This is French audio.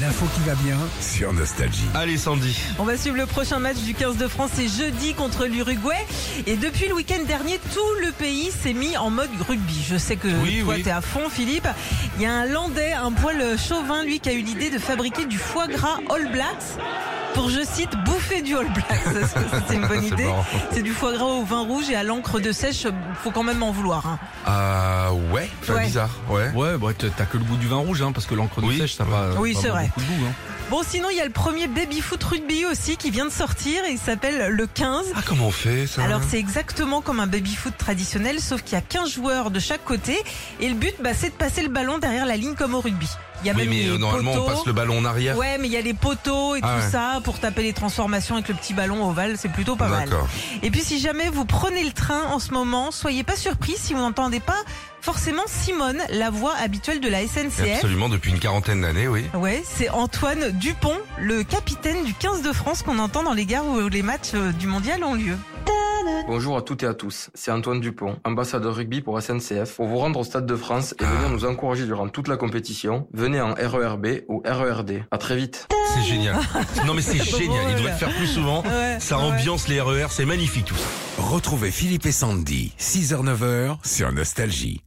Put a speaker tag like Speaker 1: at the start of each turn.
Speaker 1: l'info qui va bien.
Speaker 2: sur Nostalgie.
Speaker 3: Allez Sandy.
Speaker 4: On va suivre le prochain match du 15 de France, c'est jeudi contre l'Uruguay. Et depuis le week-end dernier, tout le pays s'est mis en mode rugby. Je sais que
Speaker 3: Oui,
Speaker 4: toi,
Speaker 3: oui.
Speaker 4: t'es à fond, Philippe. Il y a un Landais, un poil chauvin, lui, qui a eu l'idée de fabriquer du foie gras All Blacks pour, je cite, bouffer du All Blacks. Est-ce que C'était une bonne
Speaker 3: C'est
Speaker 4: idée.
Speaker 3: marrant.
Speaker 4: C'est du foie gras au vin rouge et à l'encre de sèche. Faut quand même en vouloir. hein.
Speaker 2: Ah ouais, c'est
Speaker 4: Ouais.
Speaker 2: bizarre, ouais.
Speaker 5: Ouais, bah, t'as t'as que le goût du vin rouge, hein, parce que l'encre de
Speaker 3: Oui.
Speaker 5: sèche, ça va.
Speaker 4: Oui,
Speaker 5: ça
Speaker 4: c'est
Speaker 5: va
Speaker 4: vrai.
Speaker 5: beaucoup de goût, hein.
Speaker 4: Bon, sinon, il y a le premier baby-foot rugby aussi qui vient de sortir. Il s'appelle le 15.
Speaker 2: Ah comment on fait ça
Speaker 4: Alors c'est exactement comme un baby-foot traditionnel, sauf qu'il y a 15 joueurs de chaque côté, et le but, bah, c'est de passer le ballon derrière la ligne comme au rugby. Il y a
Speaker 2: Oui
Speaker 4: même
Speaker 2: mais
Speaker 4: les
Speaker 2: euh, normalement
Speaker 4: poteaux.
Speaker 2: on passe le ballon en arrière.
Speaker 4: Ouais, mais il y a les poteaux et
Speaker 2: Ah
Speaker 4: tout
Speaker 2: ouais.
Speaker 4: ça pour taper les transformations avec le petit ballon ovale, c'est plutôt pas mal.
Speaker 2: D'accord.
Speaker 4: Et puis si jamais vous prenez le train en ce moment, soyez pas surpris si vous n'entendez pas forcément Simone, la voix habituelle de la SNCF.
Speaker 2: Absolument depuis une quarantaine d'années, oui.
Speaker 4: Ouais, c'est Antoine Dupont, le capitaine du 15 de France qu'on entend dans les gares où les matchs euh, du mondial ont lieu.
Speaker 6: Bonjour à toutes et à tous, c'est Antoine Dupont, ambassadeur rugby pour SNCF. Pour vous rendre au Stade de France et venir nous encourager durant toute la compétition, venez en RERB ou RERD. À très vite.
Speaker 3: C'est génial. Non mais c'est génial. Il doit le faire plus souvent.
Speaker 4: Ouais,
Speaker 3: Ça
Speaker 4: ouais.
Speaker 3: ambiance
Speaker 2: E
Speaker 3: les RER, c'est magnifique tout ça.
Speaker 2: Retrouvez Philippe et Sandy, 6h-9h sur Nostalgie.